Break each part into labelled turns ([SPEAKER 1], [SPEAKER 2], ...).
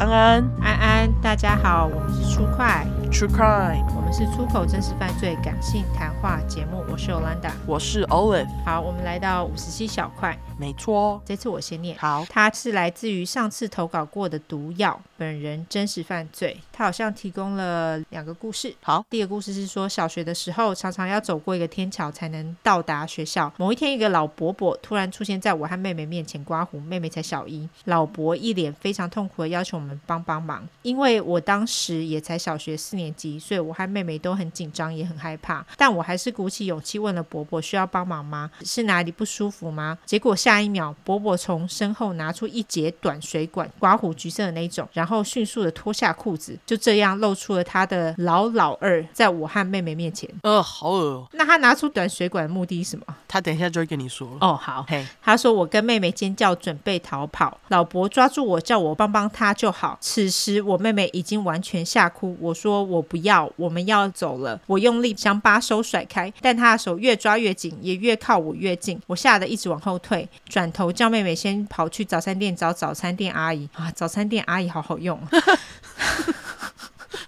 [SPEAKER 1] 安安
[SPEAKER 2] 安安，大家好，我们是出快，
[SPEAKER 1] ，True Crime，
[SPEAKER 2] 我们是出口真实犯罪感性谈话节目，我是 Olanda。
[SPEAKER 1] 我是 Olive，
[SPEAKER 2] 好，我们来到五十七小块，
[SPEAKER 1] 没错，
[SPEAKER 2] 这次我先念。
[SPEAKER 1] 好，
[SPEAKER 2] 它是来自于上次投稿过的毒药，本人真实犯罪。它好像提供了两个故事。
[SPEAKER 1] 好，
[SPEAKER 2] 第一个故事是说，小学的时候常常要走过一个天桥才能到达学校。某一天，一个老伯伯突然出现在我和妹妹面前刮胡，妹妹才小一。老伯一脸非常痛苦的要求我们帮帮忙，因为我当时也才小学四年级，所以我和妹妹都很紧张，也很害怕。但我还是鼓起勇气问了伯伯：“需要帮忙吗？是哪里不舒服吗？”结果下一秒，伯伯从身后拿出一截短水管，刮胡橘色的那一种，然后迅速的脱下裤子，就这样露出了他的老老二，在我和妹妹面前。
[SPEAKER 1] 呃，好恶、哦，
[SPEAKER 2] 那他拿出短水管的目的是什么？
[SPEAKER 1] 他等一下就会跟你说了。
[SPEAKER 2] 哦，好，
[SPEAKER 1] 嘿，
[SPEAKER 2] 他说：“我跟妹妹尖叫，准备逃跑。老伯抓住我，叫我帮帮他就好。”此时我妹妹已经完全吓哭。我说：“我不要，我们要走了。”我用力想把手甩开，但她的手越抓越紧，也越靠我越近。我吓得一直往后退，转头叫妹妹先跑去早餐店找早餐店阿姨啊！早餐店阿姨好好用哦。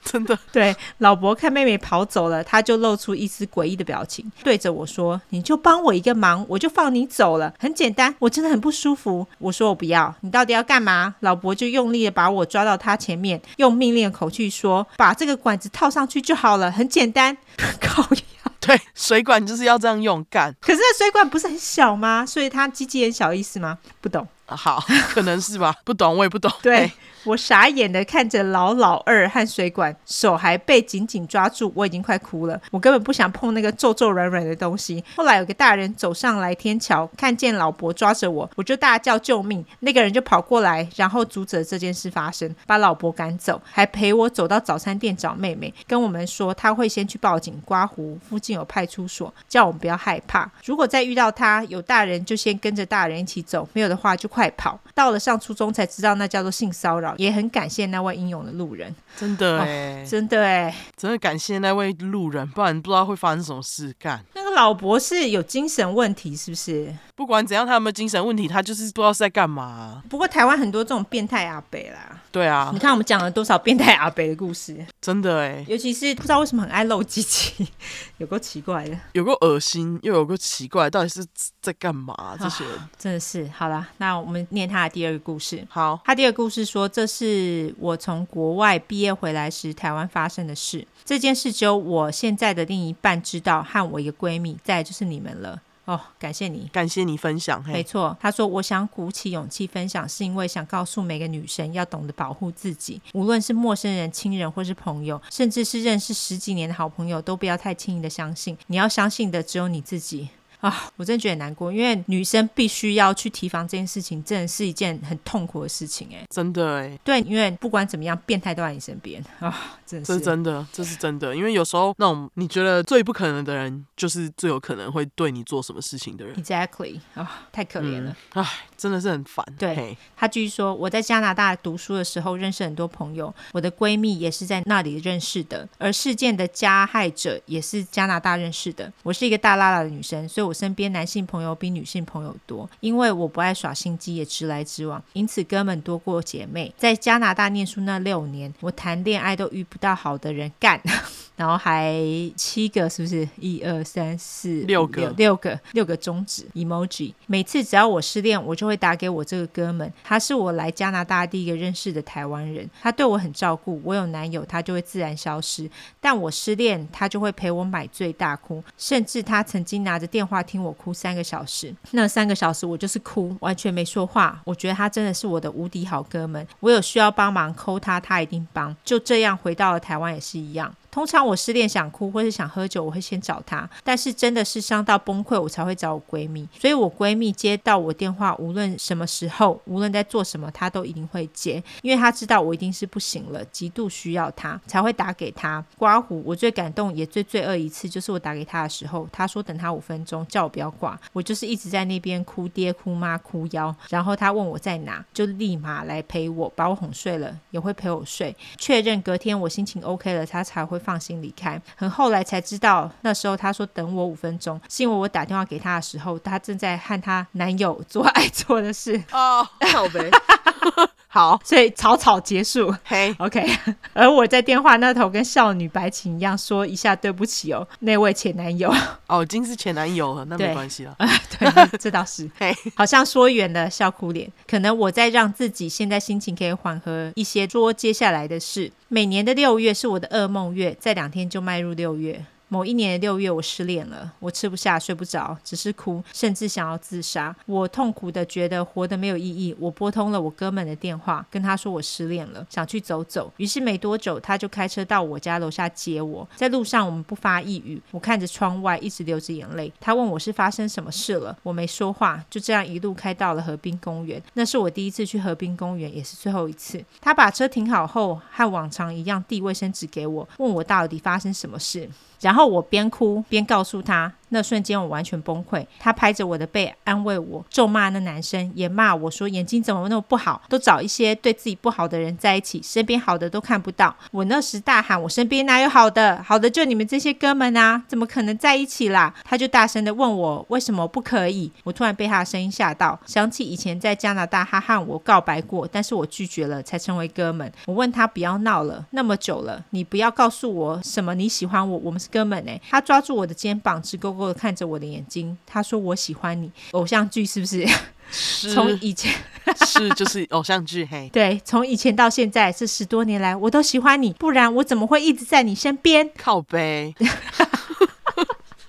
[SPEAKER 1] 真的，
[SPEAKER 2] 对，老伯看妹妹跑走了，他就露出一丝诡异的表情，对着我说：“你就帮我一个忙，我就放你走了，很简单。我真的很不舒服。”我说：“我不要，你到底要干嘛？”老伯就用力的把我抓到他前面，用命令的口气说：“把这个管子套上去就好了，很简单。” 靠呀！
[SPEAKER 1] 对，水管就是要这样用，干，
[SPEAKER 2] 可是那水管不是很小吗？所以他鸡鸡很小意思吗？不懂。
[SPEAKER 1] 啊好， 可能是吧，不懂我也不懂。
[SPEAKER 2] 对
[SPEAKER 1] 嘿，
[SPEAKER 2] 我傻眼的看着老老二和水管，手还被紧紧抓住，我已经快哭了。我根本不想碰那个皱皱软软的东西。后来有个大人走上来天桥，看见老伯抓着我，我就大叫救命。那个人就跑过来，然后阻止了这件事发生，把老伯赶走，还陪我走到早餐店找妹妹，跟我们说他会先去报警刮胡，附近有派出所，叫我们不要害怕。如果再遇到他，有大人就先跟着大人一起走，没有的话就快跑。到了上初中才知道那叫做性骚扰，也很感谢那位英勇的路人，
[SPEAKER 1] 真的
[SPEAKER 2] 哦
[SPEAKER 1] 哎、
[SPEAKER 2] 真的哎，
[SPEAKER 1] 真的感谢那位路人，不然不知道会发生什么事。干，
[SPEAKER 2] 那个老伯是有精神问题是不是？
[SPEAKER 1] 不管怎样，他有没有精神问题，他就是不知道是在干嘛、
[SPEAKER 2] 不过台湾很多这种变态阿北啦，
[SPEAKER 1] 对啊
[SPEAKER 2] 你，看我们讲了多少变态阿北的故事，
[SPEAKER 1] 真的哎、
[SPEAKER 2] 尤其是不知道为什么很爱露鸡鸡， 有够奇怪的。
[SPEAKER 1] 有个恶心，又有个奇怪，到底是在干嘛、这些人，
[SPEAKER 2] 真的是好啦，那我们念他的第二个故事。
[SPEAKER 1] 好，
[SPEAKER 2] 他第二个故事说，这是我从国外毕业回来时台湾发生的事。这件事只有我现在的另一半知道，和我一个闺蜜，再来就是你们了。哦，感谢你。
[SPEAKER 1] 感谢你分享。嘿
[SPEAKER 2] 没，错，他说我想鼓起勇气分享，是因为想告诉每个女生要懂得保护自己，无论是陌生人、亲人或是朋友，甚至是认识十几年的好朋友，都不要太轻易的相信。你要相信的只有你自己。啊，我真的觉得很难过，因为女生必须要去提防这件事情，真的是一件很痛苦的事情哎。
[SPEAKER 1] 真的哎、
[SPEAKER 2] 对，因为不管怎么样，变态都在你身边啊，真的
[SPEAKER 1] 这
[SPEAKER 2] 是
[SPEAKER 1] 是真的，这是真的，因为有时候那种你觉得最不可能的人，就是最有可能会对你做什么事情的人，
[SPEAKER 2] exactly 啊，太可怜了。
[SPEAKER 1] 真的是很烦。
[SPEAKER 2] 对
[SPEAKER 1] 嘿
[SPEAKER 2] 她继续说，我在加拿大读书的时候认识很多朋友，我的闺蜜也是在那里认识的，而事件的加害者也是加拿大认识的。我是一个大拉拉的女生，所以我身边男性朋友比女性朋友多，因为我不爱耍心机，也直来直往，因此哥们多过姐妹。在加拿大念书那六年，我谈恋爱都遇不到好的人干。然后还七个，是不是？一二三四
[SPEAKER 1] 六
[SPEAKER 2] 五
[SPEAKER 1] 个
[SPEAKER 2] 六个，六个中指 emoji。每次只要我失恋，我就会打给我这个哥们，他是我来加拿大第一个认识的台湾人，他对我很照顾。我有男友，他就会自然消失；但我失恋，他就会陪我买醉大哭，甚至他曾经拿着电话听我哭三个小时。那三个小时我就是哭，完全没说话。我觉得他真的是我的无敌好哥们，我有需要帮忙抠他，他一定帮。就这样回到了台湾也是一样。通常我失恋想哭或是想喝酒，我会先找他，但是真的是伤到崩溃，我才会找我闺蜜。所以我闺蜜接到我电话，无论什么时候，无论在做什么，她都一定会接，因为她知道我一定是不行了，极度需要她，才会打给她。刮胡，我最感动也最罪恶一次，就是我打给她的时候，她说等她五分钟，叫我不要挂，我就是一直在那边哭爹哭妈哭腰，然后她问我在哪，就立马来陪我，把我哄睡了，也会陪我睡。确认隔天我心情 OK 了，他才会放心离开。很后来才知道，那时候他说等我五分钟，是因为我打电话给他的时候，他正在和他男友做爱做的事。
[SPEAKER 1] 啊，好呗， 好，
[SPEAKER 2] 所以草草结束。
[SPEAKER 1] 嘿，
[SPEAKER 2] OK，而 我在电话那头跟少女白情一样说一下对不起哦，那位前男友。
[SPEAKER 1] 哦，已经是前男友了，那没
[SPEAKER 2] 对
[SPEAKER 1] 关系 了。
[SPEAKER 2] 对，这倒是
[SPEAKER 1] 嘿，
[SPEAKER 2] 好像说远了笑哭脸。可能我在让自己现在心情可以缓和一些，说接下来的事。每年的六月是我的噩梦月，再两天就迈入六月。某一年的六月，我失恋了，我吃不下，睡不着，只是哭，甚至想要自杀。我痛苦的觉得活得没有意义。我拨通了我哥们的电话，跟他说我失恋了，想去走走。于是没多久，他就开车到我家楼下接我。在路上，我们不发一语，我看着窗外，一直流着眼泪。他问我是发生什么事了，我没说话，就这样一路开到了河滨公园。那是我第一次去河滨公园，也是最后一次。他把车停好后，和往常一样递卫生纸给我，问我到底发生什么事。然后我边哭边告诉他，那瞬间我完全崩溃。他拍着我的背安慰我，咒骂那男生，也骂我说眼睛怎么那么不好，都找一些对自己不好的人在一起，身边好的都看不到。我那时大喊，我身边哪有好的？好的就你们这些哥们啊，怎么可能在一起啦？他就大声的问我为什么不可以。我突然被他的声音吓到，想起以前在加拿大他和我告白过，但是我拒绝了，才成为哥们。我问他不要闹了，那么久了，你不要告诉我什么你喜欢我，我们是哥们哎、他抓住我的肩膀，直勾勾的看着我的眼睛，他说我喜欢你。偶像剧是不是？
[SPEAKER 1] 是
[SPEAKER 2] 从以前
[SPEAKER 1] 是就是偶像剧，嘿，
[SPEAKER 2] 对，从以前到现在这十多年来，我都喜欢你，不然我怎么会一直在你身边？
[SPEAKER 1] 靠 背。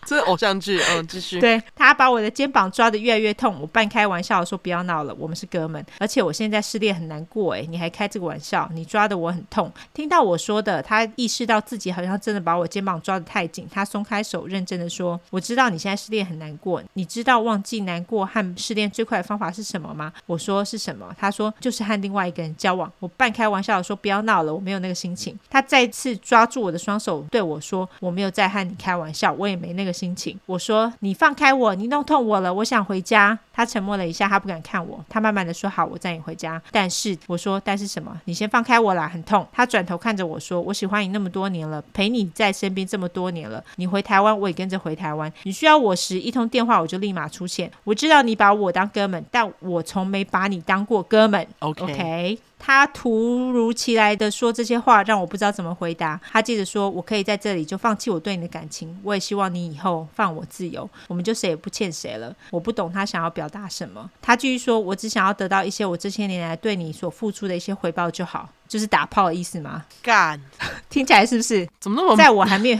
[SPEAKER 1] 这是偶像剧，嗯，继续。
[SPEAKER 2] 对他把我的肩膀抓得越来越痛，我半开玩笑地说不要闹了，我们是哥们，而且我现在失恋很难过诶，你还开这个玩笑，你抓得我很痛。听到我说的，他意识到自己好像真的把我肩膀抓得太紧，他松开手，认真的说：“我知道你现在失恋很难过，你知道忘记难过和失恋最快的方法是什么吗？”我说是什么？他说就是和另外一个人交往。我半开玩笑的说不要闹了，我没有那个心情。他再次抓住我的双手，对我说：“我没有在和你开玩笑，我也没那个心情。”我说：“你放开我，你弄痛我了，我想回家。”他沉默了一下，他不敢看我，他慢慢的说：“好，我载你回家。”但是我说：“但是什么？你先放开我啦，很痛。”他转头看着我说：“我喜欢你那么多年了，陪你在身边这么多年了，你回台湾我也跟着回台湾。你需要我时，一通电话我就立马出现。我知道你把我当哥们，但我从没把你当过哥们。”
[SPEAKER 1] OK，,
[SPEAKER 2] OK，他突如其来的说这些话，让我不知道怎么回答。他接着说：“我可以在这里就放弃我对你的感情，我也希望你以后放我自由，我们就谁也不欠谁了。”我不懂他想要表达什么。他继续说：“我只想要得到一些我这些年来对你所付出的一些回报就好，就是打炮的意思吗？
[SPEAKER 1] 干，
[SPEAKER 2] 听起来是不是？
[SPEAKER 1] 怎么那么
[SPEAKER 2] 在我还没有，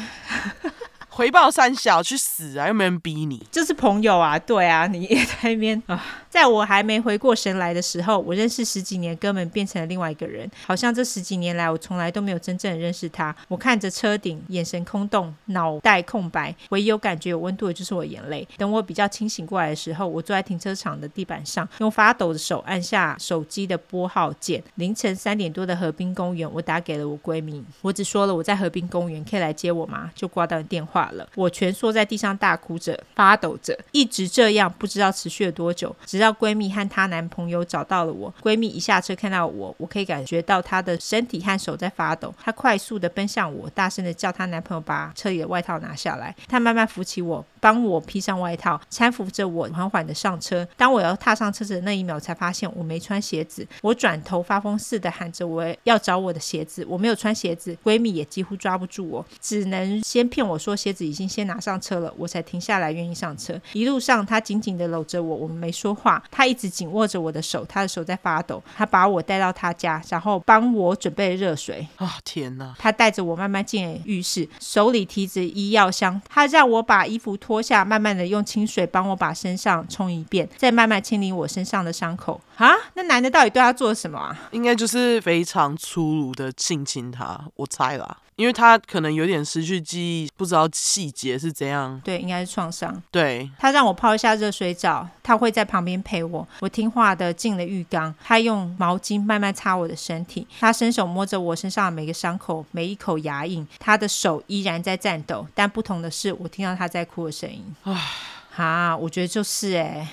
[SPEAKER 1] 回报三小去死啊？又没人逼你。
[SPEAKER 2] 就是朋友啊，对啊，你也在那边啊。在我还没回过神来的时候，我认识十几年哥们变成了另外一个人，好像这十几年来我从来都没有真正认识他。我看着车顶，眼神空洞，脑袋空白，唯一有感觉有温度的就是我眼泪。等我比较清醒过来的时候，我坐在停车场的地板上，用发抖的手按下手机的拨号键。凌晨三点多的河滨公园，我打给了我闺蜜，我只说了我在河滨公园，可以来接我吗？就挂断电话了。我蜷缩在地上大哭着，发抖着，一直这样，不知道持续了多久，直到闺蜜和她男朋友找到了我。闺蜜一下车看到我，我可以感觉到她的身体和手在发抖。她快速的奔向我，大声的叫她男朋友把车里的外套拿下来。她慢慢扶起我，帮我披上外套，搀扶着我缓缓的上车。当我要踏上车子的那一秒，才发现我没穿鞋子。我转头发疯似的喊着我要找我的鞋子，我没有穿鞋子。闺蜜也几乎抓不住我，只能先骗我说鞋子已经先拿上车了，我才停下来愿意上车。一路上，她紧紧的搂着我，我们没说话。她一直紧握着我的手，她的手在发抖。她把我带到她家，然后帮我准备热水。
[SPEAKER 1] 啊、天哪！
[SPEAKER 2] 他带着我慢慢进了浴室，手里提着医药箱。他让我把衣服脱下，慢慢的用清水帮我把身上冲一遍，再慢慢清理我身上的伤口。啊，那男的到底对他做了什么啊？
[SPEAKER 1] 应该就是非常粗鲁的性侵他，我猜啦，因为他可能有点失去记忆，不知道细节是怎样。
[SPEAKER 2] 对，应该是创伤。
[SPEAKER 1] 对，
[SPEAKER 2] 他让我泡一下热水澡，他会在旁边陪我。我听话的进了浴缸，他用毛巾慢慢擦我的身体，他伸手摸着我身上的每个伤口、每一口牙印。他的手依然在颤抖，但不同的是，我听到他在哭的声音。啊，我觉得就是哎、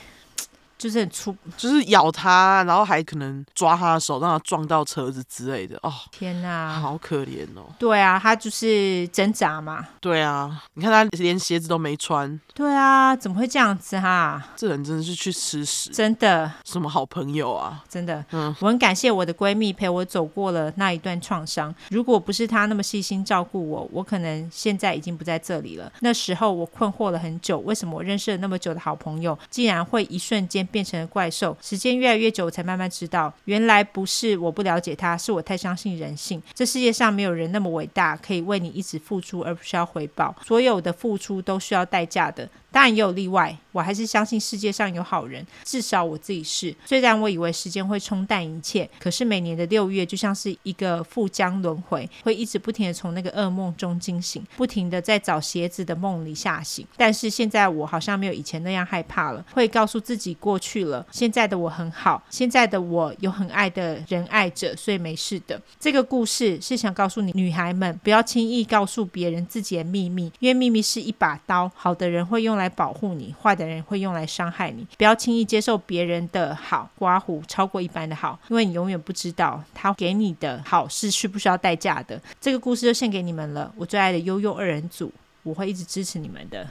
[SPEAKER 2] 就是很粗。
[SPEAKER 1] 就是咬他，然后还可能抓他的手，让他撞到车子之类的。哦，
[SPEAKER 2] 天哪、
[SPEAKER 1] 好可怜哦。
[SPEAKER 2] 对啊，他就是挣扎嘛。
[SPEAKER 1] 对啊，你看他连鞋子都没穿，
[SPEAKER 2] 对啊，怎么会这样子哈？
[SPEAKER 1] 这人真的是去吃屎，
[SPEAKER 2] 真的，
[SPEAKER 1] 什么好朋友啊？
[SPEAKER 2] 真的，
[SPEAKER 1] 嗯
[SPEAKER 2] 我很感谢我的闺蜜陪我走过了那一段创伤。如果不是她那么细心照顾我，我可能现在已经不在这里了。那时候我困惑了很久，为什么我认识了那么久的好朋友，竟然会一瞬间变成了怪兽？时间越来越久，我才慢慢知道，原来不是我不了解他，是我太相信人性。这世界上没有人那么伟大，可以为你一直付出而不需要回报。所有的付出都需要代价的，当然也有例外，我还是相信世界上有好人，至少我自己是。虽然我以为时间会冲淡一切，可是每年的六月就像是一个富江轮回，会一直不停的从那个噩梦中惊醒，不停的在找鞋子的梦里吓醒。但是现在我好像没有以前那样害怕了，会告诉自己过去了，现在的我很好，现在的我有很爱的人爱着，所以没事的。这个故事是想告诉你，女孩们不要轻易告诉别人自己的秘密，因为秘密是一把刀，好的人会用来保护你，坏的人会用来伤害你。不要轻易接受别人的好，刮胡超过一般的好，因为你永远不知道他给你的好是需不需要代价的。这个故事就献给你们了，我最爱的悠悠二人组，我会一直支持你们的。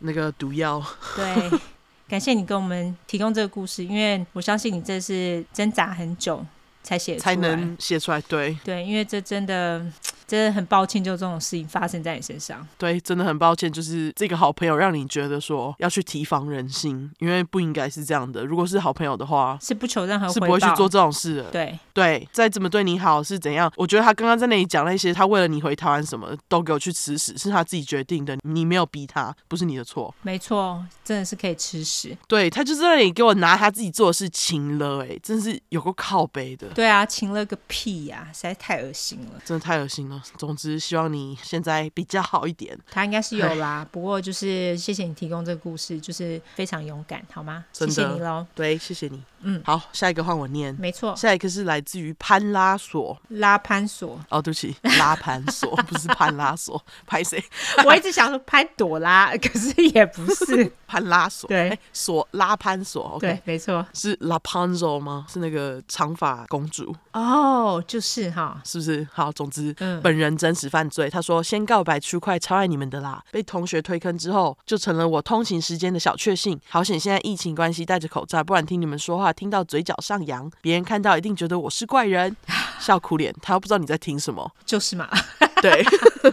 [SPEAKER 1] 那个毒药，
[SPEAKER 2] 对，感谢你给我们提供这个故事，因为我相信你这是挣扎很久才写出来
[SPEAKER 1] 才能写出来。对
[SPEAKER 2] 对，因为这真的真的很抱歉，就这种事情发生在你身上。
[SPEAKER 1] 对，真的很抱歉，就是这个好朋友让你觉得说要去提防人性，因为不应该是这样的。如果是好朋友的话，
[SPEAKER 2] 是不求任何回
[SPEAKER 1] 是
[SPEAKER 2] 报，
[SPEAKER 1] 不会去做这种事的。
[SPEAKER 2] 对
[SPEAKER 1] 对，再怎么对你好是怎样？我觉得他刚刚在那里讲那些，他为了你回台湾什么都给我去吃屎，是他自己决定的，你没有逼他，不是你的错。
[SPEAKER 2] 没错，真的是可以吃屎。
[SPEAKER 1] 对他就在那里给我拿他自己做的事情了、欸，哎，真是有够靠背的，
[SPEAKER 2] 对啊，亲了个屁呀、实在太恶心了。
[SPEAKER 1] 真的太恶心了。总之，希望你现在比较好一点，
[SPEAKER 2] 他应该是有啦，不过就是谢谢你提供这个故事，就是非常勇敢，好吗？谢
[SPEAKER 1] 真的
[SPEAKER 2] 谢你喽。
[SPEAKER 1] 对，谢谢你。
[SPEAKER 2] 嗯，
[SPEAKER 1] 好，下一个换我念。
[SPEAKER 2] 没错，
[SPEAKER 1] 下一个是来自于潘拉索，
[SPEAKER 2] 拉潘索，
[SPEAKER 1] 哦，对不起，拉潘索 不是潘拉索， 拍谁？
[SPEAKER 2] 我一直想说 潘朵拉，可是也不是。
[SPEAKER 1] 潘拉索，
[SPEAKER 2] 对
[SPEAKER 1] 哎索拉潘索，OK，
[SPEAKER 2] 对，没错。
[SPEAKER 1] 是 Rapunzel 吗？是那个长发公主，
[SPEAKER 2] 哦，就是哈，
[SPEAKER 1] 是不是？好，总之。
[SPEAKER 2] 嗯，
[SPEAKER 1] 本人真实犯罪，他说先告白出快超爱你们的啦，被同学推坑之后，就成了我通勤时间的小确幸。好险现在疫情关系戴着口罩，不然听你们说话听到嘴角上扬，别人看到一定觉得我是怪 人，笑哭脸，他又不知道你在听什么。
[SPEAKER 2] 就是嘛。
[SPEAKER 1] 对，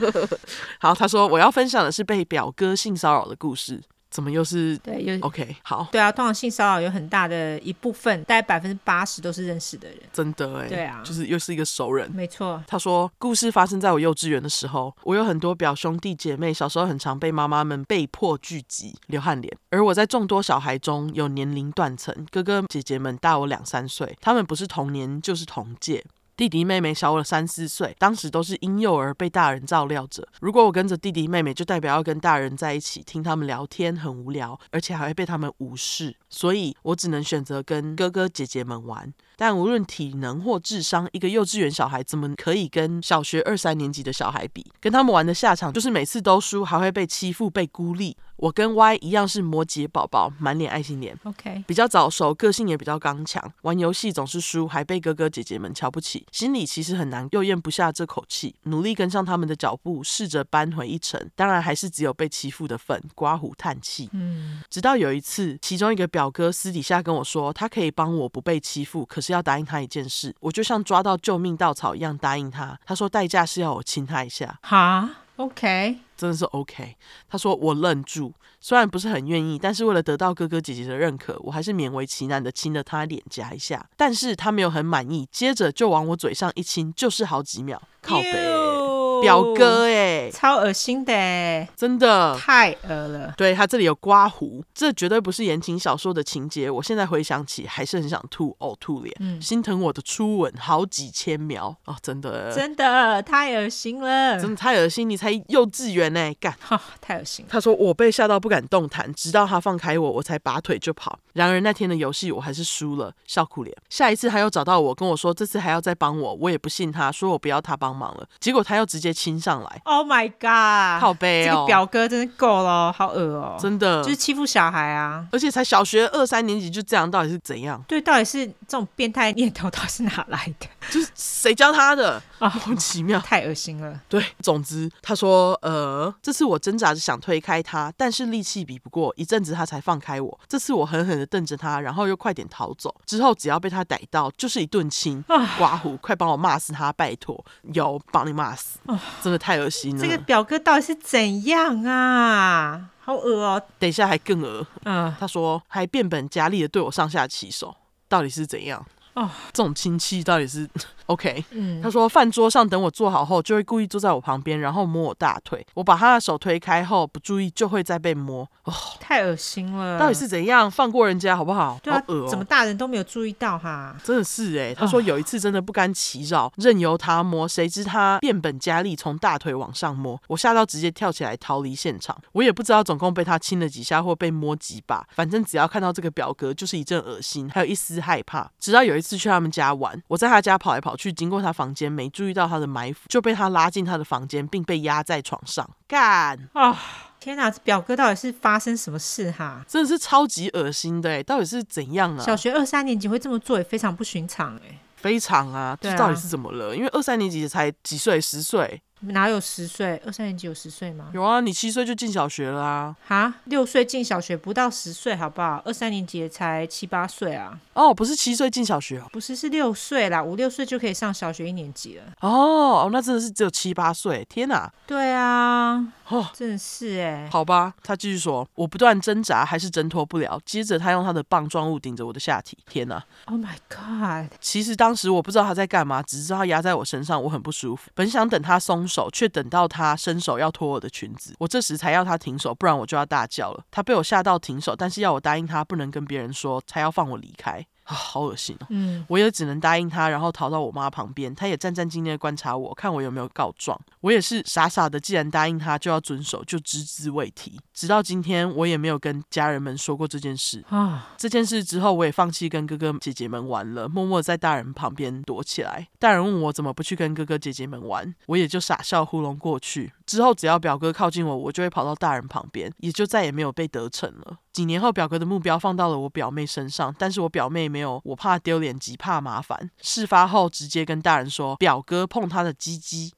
[SPEAKER 1] 好，他说我要分享的是被表哥性骚扰的故事，怎么又是
[SPEAKER 2] 对，有
[SPEAKER 1] OK？好，
[SPEAKER 2] 对啊，通常性骚扰有很大的一部分，大概百分之八十都是认识的人。
[SPEAKER 1] 真的哎、
[SPEAKER 2] 对啊
[SPEAKER 1] 就是又是一个熟人。
[SPEAKER 2] 没错，
[SPEAKER 1] 他说，故事发生在我幼稚园的时候，我有很多表兄弟姐妹，小时候很常被妈妈们被迫聚集，流汗脸。而我在众多小孩中有年龄断层，哥哥姐姐们大我两三岁，他们不是同年就是同届。弟弟妹妹小我三四岁，当时都是婴幼儿被大人照料着。如果我跟着弟弟妹妹，就代表要跟大人在一起，听他们聊天很无聊，而且还会被他们无视，所以我只能选择跟哥哥姐姐们玩。但无论体能或智商，一个幼稚园小孩怎么可以跟小学二三年级的小孩比？跟他们玩的下场就是每次都输，还会被欺负、被孤立。我跟 Y 一样是摩羯宝宝，满脸爱心脸。
[SPEAKER 2] OK，
[SPEAKER 1] 比较早熟，个性也比较刚强，玩游戏总是输，还被哥哥姐姐们瞧不起，心里其实很难，又咽不下这口气，努力跟上他们的脚步，试着扳回一城。当然，还是只有被欺负的份，刮胡叹气。
[SPEAKER 2] 嗯，
[SPEAKER 1] 直到有一次，其中一个表哥私底下跟我说，他可以帮我不被欺负，可是要答应他一件事。我就像抓到救命稻草一样答应他。他说代价是要我亲他一下，
[SPEAKER 2] 好，OK，
[SPEAKER 1] 真的是 OK。他说我愣住，虽然不是很愿意，但是为了得到哥哥姐姐的认可，我还是勉为其难的亲了他脸颊一下。但是他没有很满意，接着就往我嘴上一亲，就是好几秒。靠北，
[SPEAKER 2] Ew
[SPEAKER 1] 表哥呃哎、
[SPEAKER 2] 超恶心的欸，
[SPEAKER 1] 真的
[SPEAKER 2] 太恶了。
[SPEAKER 1] 对他这里有刮胡，这绝对不是言情小说的情节。我现在回想起，还是很想吐，呕吐脸，
[SPEAKER 2] 嗯
[SPEAKER 1] 心疼我的初吻好几千秒哦，真的，
[SPEAKER 2] 真的太恶心了，
[SPEAKER 1] 真的太恶心，你才幼稚园呢、欸干。
[SPEAKER 2] 哈、太恶心了。
[SPEAKER 1] 他说我被吓到不敢动弹，直到他放开我，我才拔腿就跑。然而那天的游戏我还是输了，笑哭脸。下一次他又找到我，跟我说这次还要再帮我，我也不信他，说我不要他帮忙了。结果他又直接接亲上来，
[SPEAKER 2] Oh my god！
[SPEAKER 1] 靠背
[SPEAKER 2] 这
[SPEAKER 1] 哦
[SPEAKER 2] 个，表哥真是够了哦，好恶哦、
[SPEAKER 1] 真的，
[SPEAKER 2] 就是欺负小孩啊。
[SPEAKER 1] 而且才小学二三年级就这样，到底是怎样？
[SPEAKER 2] 对，到底是这种变态念头到底是哪来的
[SPEAKER 1] 就是谁教他的？
[SPEAKER 2] 啊？
[SPEAKER 1] 莫名其妙。
[SPEAKER 2] 太恶心了。
[SPEAKER 1] 对，总之他说，呃，这次我挣扎着想推开他，但是力气比不过，一阵子他才放开我。这次我狠狠的瞪着他，然后又快点逃走。之后只要被他逮到，就是一顿 亲。
[SPEAKER 2] 啊
[SPEAKER 1] 刮胡，快帮我骂死他，拜托！有，帮你骂死，真的太恶心了。
[SPEAKER 2] 啊这个表哥到底是怎样啊？好恶哦、
[SPEAKER 1] 等一下还更恶。
[SPEAKER 2] 嗯，
[SPEAKER 1] 他说还变本加厉的对我上下其手，到底是怎样？
[SPEAKER 2] 哦，
[SPEAKER 1] 这种亲戚到底是 OK？
[SPEAKER 2] 嗯
[SPEAKER 1] 他说饭桌上等我坐好后，就会故意坐在我旁边，然后摸我大腿。我把他的手推开后，不注意就会再被摸。哦，
[SPEAKER 2] 太恶心了。
[SPEAKER 1] 到底是怎样？放过人家好不好？
[SPEAKER 2] 嗯对啊
[SPEAKER 1] 好恶、哦
[SPEAKER 2] 怎么大人都没有注意到哈？
[SPEAKER 1] 真的是哎、他说有一次真的不堪其扰，任由他摸，谁知他变本加厉，从大腿往上摸，我吓到直接跳起来逃离现场。我也不知道总共被他亲了几下或被摸几把，反正只要看到这个表格就是一阵恶心，还有一丝害怕。直到有一次去他们家玩，我在他家跑来跑去，经过他房间没注意到他的埋伏，就被他拉进他的房间，并被压在床上。干，
[SPEAKER 2] 哦，天哪，这表哥到底是发生什么事哈？
[SPEAKER 1] 真的是超级恶心的哎、到底是怎样啊？
[SPEAKER 2] 小学二三年级会这么做也非常不寻常哎、
[SPEAKER 1] 非常啊，
[SPEAKER 2] 对
[SPEAKER 1] 这
[SPEAKER 2] 啊
[SPEAKER 1] 到底是怎么了？因为二三年级才几岁，十岁。
[SPEAKER 2] 哪有十岁？二三年级有十岁吗？
[SPEAKER 1] 有啊，你七岁就进小学了啊。
[SPEAKER 2] 哈，六岁进小学不到十岁，好不好？二三年级也才七八岁啊，
[SPEAKER 1] 哦，不是七岁进小学哦。
[SPEAKER 2] 不是是六岁啦，五六岁就可以上小学一年级了。
[SPEAKER 1] 哦，那真的是只有七八岁，天哪！
[SPEAKER 2] 对啊，
[SPEAKER 1] 哦，
[SPEAKER 2] 真的是哎、
[SPEAKER 1] 好吧，他继续说，我不断挣扎，还是挣脱不了。接着他用他的棒状物顶着我的下体，天哪！
[SPEAKER 2] o h Oh my god，
[SPEAKER 1] 其实当时我不知道他在干嘛，只知道他压在我身上，我很不舒服。本想等他松手，却等到他伸手要脱我的裙子，我这时才要他停手，不然我就要大叫了。他被我吓到停手，但是要我答应他不能跟别人说，才要放我离开。啊，好恶心哦！
[SPEAKER 2] 嗯，
[SPEAKER 1] 我也只能答应他，然后逃到我妈旁边。她也战战兢兢的观察我，看我有没有告状。我也是傻傻的，既然答应他就要遵守，就只字未提。直到今天，我也没有跟家人们说过这件事。
[SPEAKER 2] 啊，
[SPEAKER 1] 这件事之后，我也放弃跟哥哥姐姐们玩了，默默在大人旁边躲起来。大人问我怎么不去跟哥哥姐姐们玩，我也就傻笑糊弄过去。之后只要表哥靠近我，我就会跑到大人旁边，也就再也没有被得逞了。几年后，表哥的目标放到了我表妹身上，但是我表妹没有，我怕丢脸及怕麻烦。事发后，直接跟大人说，表哥碰她的鸡鸡，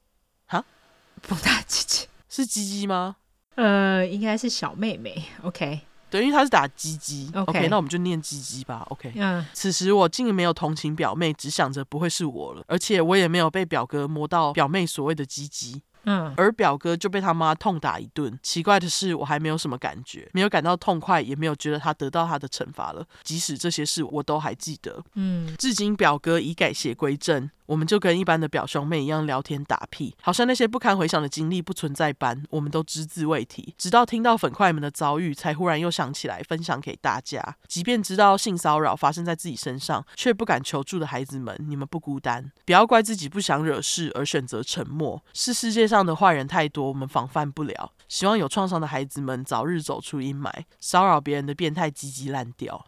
[SPEAKER 2] 不大姐姐，
[SPEAKER 1] 是鸡鸡吗？
[SPEAKER 2] 呃，应该是小妹妹，OK，
[SPEAKER 1] 对，因为他是打鸡鸡。
[SPEAKER 2] OK
[SPEAKER 1] 那我们就念鸡鸡吧。OK。
[SPEAKER 2] 嗯，
[SPEAKER 1] 此时我竟没有同情表妹，只想着不会是我了，而且我也没有被表哥摸到表妹所谓的鸡鸡，
[SPEAKER 2] 嗯，
[SPEAKER 1] 而表哥就被他妈痛打一顿。奇怪的是，我还没有什么感觉，没有感到痛快，也没有觉得他得到他的惩罚了。即使这些事我都还记得，
[SPEAKER 2] 嗯，
[SPEAKER 1] 至今表哥已改邪归正，我们就跟一般的表兄妹一样聊天打屁，好像那些不堪回想的经历不存在般，我们都只字未提。直到听到粉块们的遭遇，才忽然又想起来分享给大家。即便知道性骚扰发生在自己身上，却不敢求助的孩子们，你们不孤单，不要怪自己不想惹事而选择沉默。是世界上的坏人太多，我们防范不了。希望有创伤的孩子们早日走出阴霾，骚扰别人的变态鸡鸡烂掉。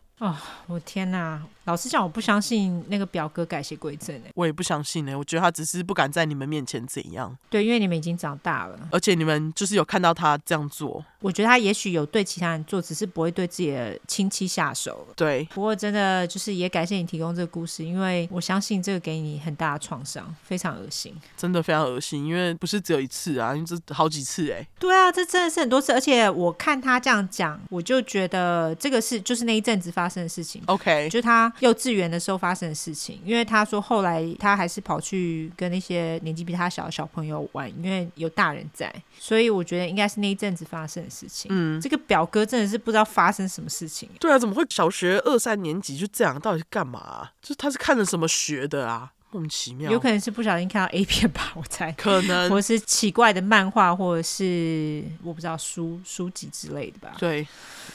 [SPEAKER 2] 我天哪，老实讲，我不相信那个表哥改邪归正哎，
[SPEAKER 1] 我也不相信欸呢、我觉得他只是不敢在你们面前怎样，
[SPEAKER 2] 对，因为你们已经长大了，
[SPEAKER 1] 而且你们就是有看到他这样做，
[SPEAKER 2] 我觉得他也许有对其他人做，只是不会对自己的亲戚下手了。
[SPEAKER 1] 对，
[SPEAKER 2] 不过真的就是也感谢你提供这个故事，因为我相信这个给你很大的创伤，非常恶心。
[SPEAKER 1] 真的非常恶心，因为不是只有一次啊，因为这好几次哎、
[SPEAKER 2] 对啊，这真的是很多次，而且我看他这样讲，我就觉得这个是就是那一阵子发生的事情。
[SPEAKER 1] OK，
[SPEAKER 2] 就是他幼稚园的时候发生的事情，因为他说后来他还是跑去跟那些年纪比他小的小朋友玩，因为有大人在，所以我觉得应该是那一阵子发生的事情。
[SPEAKER 1] 嗯，
[SPEAKER 2] 这个表哥真的是不知道发生什么事情，
[SPEAKER 1] 对啊，怎么会小学二三年级就这样？到底是干嘛啊、就是他是看了什么学的啊？莫名其妙，
[SPEAKER 2] 有可能是不小心看到 A 片吧，我 猜。
[SPEAKER 1] 可能
[SPEAKER 2] 或是奇怪的漫画，或者是我不知道书书籍之类的吧。
[SPEAKER 1] 对，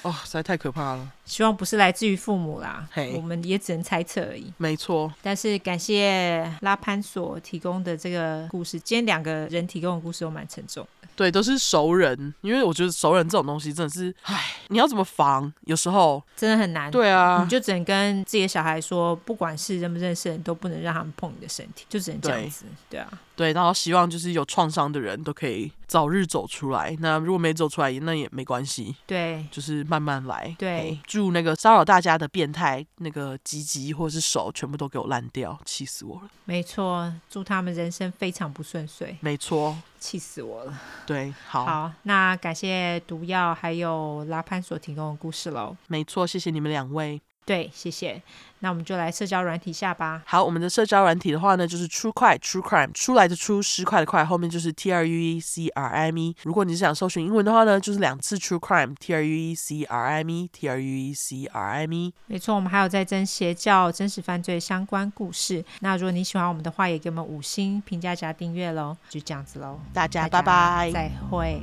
[SPEAKER 1] 哦，实在太可怕了，
[SPEAKER 2] 希望不是来自于父母啦
[SPEAKER 1] 嘿，
[SPEAKER 2] 我们也只能猜测而已。
[SPEAKER 1] 没错，
[SPEAKER 2] 但是感谢拉潘所提供的这个故事，今天两个人提供的故事都蛮沉重。
[SPEAKER 1] 对，都是熟人，因为我觉得熟人这种东西真的是，唉，你要怎么防？有时候，
[SPEAKER 2] 真的很难。
[SPEAKER 1] 对啊
[SPEAKER 2] 你，就只能跟自己的小孩说，不管是认不认识的人，都不能让他们碰动你的身体，就只能这样
[SPEAKER 1] 对
[SPEAKER 2] 子，对啊。
[SPEAKER 1] 对，然后希望就是有创伤的人都可以早日走出来。那如果没走出来，那也没关系，
[SPEAKER 2] 对，
[SPEAKER 1] 就是慢慢来。
[SPEAKER 2] 对
[SPEAKER 1] 嘿，祝那个骚扰大家的变态那个鸡鸡或是手全部都给我烂掉，气死我了。
[SPEAKER 2] 没错，祝他们人生非常不顺遂，
[SPEAKER 1] 没错，
[SPEAKER 2] 气死我了。
[SPEAKER 1] 对，好，
[SPEAKER 2] 好，那感谢毒药还有拉潘所提供的故事喽。
[SPEAKER 1] 没错，谢谢你们两位。
[SPEAKER 2] 对，谢谢。那我们就来社交软体下吧。
[SPEAKER 1] 好，我们的社交软体的话呢，就是 True 快 True Crime，出来的出，失快的快，后面就是 T R U E C R I M E。如果你是想搜寻英文的话呢，就是两次 True Crime，T R U E C R I M E，T R U E C R I M E。
[SPEAKER 2] 没错，我们还有在征邪教、真实犯罪相关故事。那如果你喜欢我们的话，也给我们五星评价加订阅喽。就这样子喽，
[SPEAKER 1] 大家
[SPEAKER 2] 大
[SPEAKER 1] 拜拜。
[SPEAKER 2] 再会。